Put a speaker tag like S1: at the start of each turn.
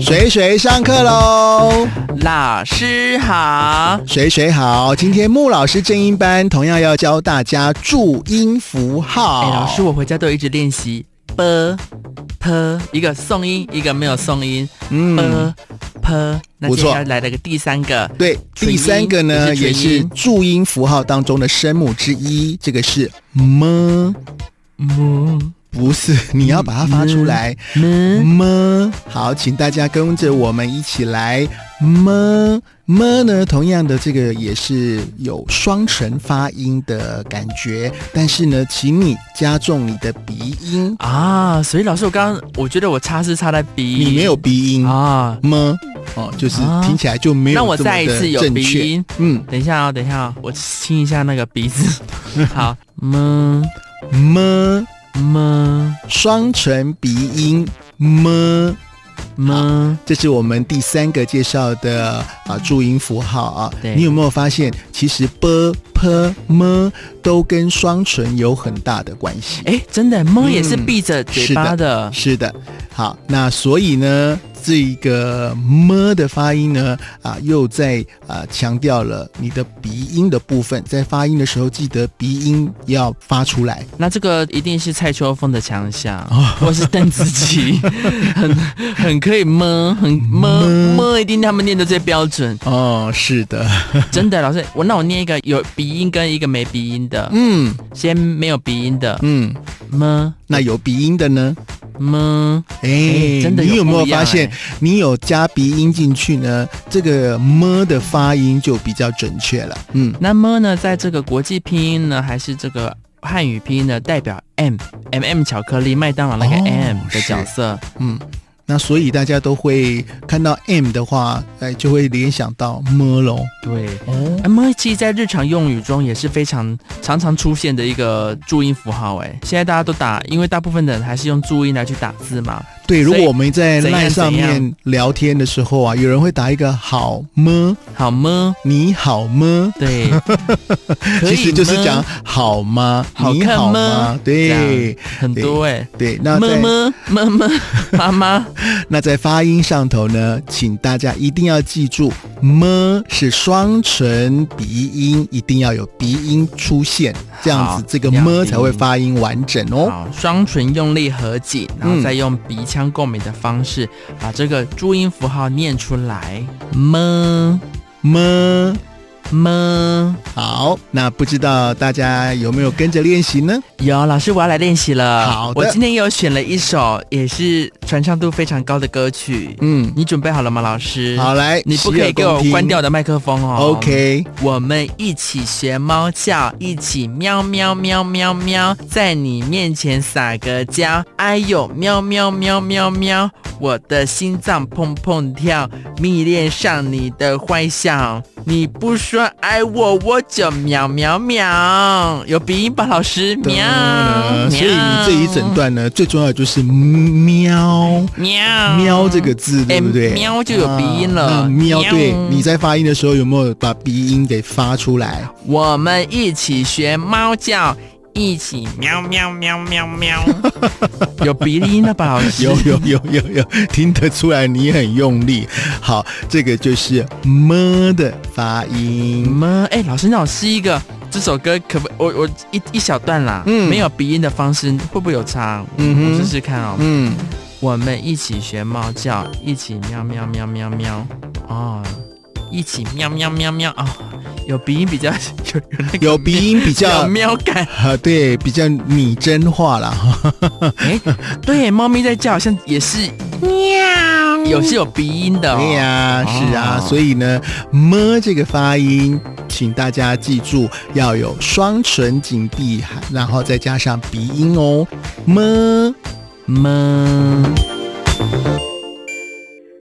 S1: 水水上课喽！
S2: 老师好，
S1: 水水好，今天穆老师正音班同样要教大家注音符号。
S2: 哎、老师，我回家都一直练习 b p，一个送音，一个没有送音
S1: 嗯，
S2: b p。那
S1: 不
S2: 接
S1: 错
S2: 下来来了个第三个，
S1: 对，
S2: 唇
S1: 第
S2: 音
S1: 三个呢也
S2: 也是唇
S1: 是
S2: 音
S1: 注音符号当中的声母之一，这个是么，
S2: 嗯
S1: 不是，你要把它发出来
S2: 嗯，
S1: 么。好，请大家跟着我们一起来么么呢？同样的，这个也是有双唇发音的感觉，但是呢，请你加重你的鼻音，
S2: 啊，所以老师，我刚刚我觉得我擦是擦在鼻音，
S1: 你没有鼻音
S2: 啊？
S1: 么哦，就是
S2: 啊
S1: 听起来就没有
S2: 那我
S1: 这么
S2: 再一
S1: 的
S2: 次有
S1: 正
S2: 鼻
S1: 确。
S2: 音。
S1: 嗯，
S2: 等一下哦，等一下哦，我清一下那个 鼻子。好，M，M，M 么
S1: 么
S2: 么
S1: 双唇鼻音么，
S2: 么，
S1: 这是我们第三个介绍的啊注音符号啊。
S2: 对
S1: 你有没有发现，其实 b p m 都跟双唇有很大的关系？
S2: 哎，真的么也是
S1: 嗯
S2: 闭着
S1: 是的
S2: 嘴巴的。
S1: 是的，好，那所以呢，这个么的发音呢，啊，又在啊强调了你的鼻音的部分，在发音的时候记得鼻音要发出来。
S2: 那这个一定是蔡秋凤的强项，或是邓紫 棋，很很可以么，很
S1: 嗯
S2: 么
S1: 么
S2: 么，一定他们念的最标准，
S1: 哦，是的，
S2: 真的老师，我那我念一个有鼻音跟一个没鼻音的，
S1: 嗯
S2: 先没有鼻音的
S1: 嗯，
S2: 么
S1: 那有鼻音的呢？
S2: 么，
S1: 哎、
S2: 哎真的
S1: 你有
S2: 有
S1: 没
S2: 不
S1: 有
S2: 一
S1: 发
S2: 样
S1: 现
S2: 哎，
S1: 你有加鼻音进去呢？这个么的发音就比较准确了。嗯，
S2: 那么呢，在这个国际拼音呢，还是这个汉语拼音呢，代表 M M M 巧克力麦当劳那个
S1: 哦
S2: M 的角
S1: 是
S2: 色，
S1: 那所以大家都会看到 m 的话，哎，就会联想到么喽。
S2: 对。
S1: 哦，
S2: M 其实哎在日常用语中也是非常常常出现的一个注音符号。哎，现在大家都打，因为大部分的人还是用注音来去打字嘛。
S1: 对，如
S2: 所以
S1: 果我们在
S2: 怎样
S1: line 上
S2: 怎
S1: 面聊天的时候啊，有人会打一个好么，
S2: 好么？
S1: 你好么，
S2: 对，可
S1: 其
S2: 以
S1: 实就是
S2: 吗
S1: 讲好吗，
S2: 好
S1: 你
S2: 看
S1: 好
S2: 吗
S1: 吗？对
S2: 很多哎。
S1: 对，那
S2: 么
S1: 在
S2: 么么么，妈 妈
S1: 那在发音上头呢，请大家一定要记住，么是双唇鼻音，一定要有鼻音出现，这样子
S2: 好
S1: 这个
S2: 要
S1: 么
S2: 鼻
S1: 才会
S2: 音
S1: 发音完整哦。
S2: 好，双唇用力合紧，然后
S1: 嗯
S2: 再用鼻腔共鸣的方式把这个注音符号念出来。么
S1: 么
S2: 么，
S1: 好，那不知道大家有没有跟着练习呢？
S2: 有老师，我要来练习了。
S1: 好的
S2: 我今天有选了一首也是传唱度非常高的歌曲。
S1: 嗯，
S2: 你准备好了吗，老师？
S1: 好，来，
S2: 嗯你不可以给我关掉我的麦克风哦。。
S1: OK，
S2: 我们一起学猫叫，一起喵喵喵喵喵，在你面前撒个娇。哎呦，喵喵喵喵喵，我的心脏砰砰跳，迷恋上你的坏笑。你不说爱我，我就喵喵喵。有鼻音吧，老师？喵。喵
S1: 所以你这一整段呢，最重要的就是喵。
S2: 喵
S1: 喵这个字，对不对？
S2: 哎喵就有鼻音了
S1: 啊那喵，
S2: 喵
S1: 对，你在发音的时候有没有把鼻音给发出来？
S2: 我们一起学猫叫，一起喵喵喵 喵喵。有鼻音了吧，老师？
S1: 有有有有有，听得出来你很用力。好，这个就是么的发音。
S2: 么？哎、老师，那我试一个这首歌，可不？我我一一小段啦，
S1: 嗯
S2: 没有鼻音的方式会不会有差？
S1: 嗯哼
S2: 我试试看哦。
S1: 嗯，
S2: 我们一起学猫叫，一起喵喵喵喵喵。哦，一起喵喵喵喵哦，有鼻音比较有有那个
S1: 有鼻音比
S2: 有
S1: 较。
S2: 喵感。
S1: 啊，对，比较拟真化啦。
S2: 哎、对，猫咪在叫，好像也是喵，有是有鼻音的、哦。哦
S1: 对呀、是啊，所以呢，么这个发音，请大家记住要有双唇紧闭，然后再加上鼻音哦。么。
S2: 么。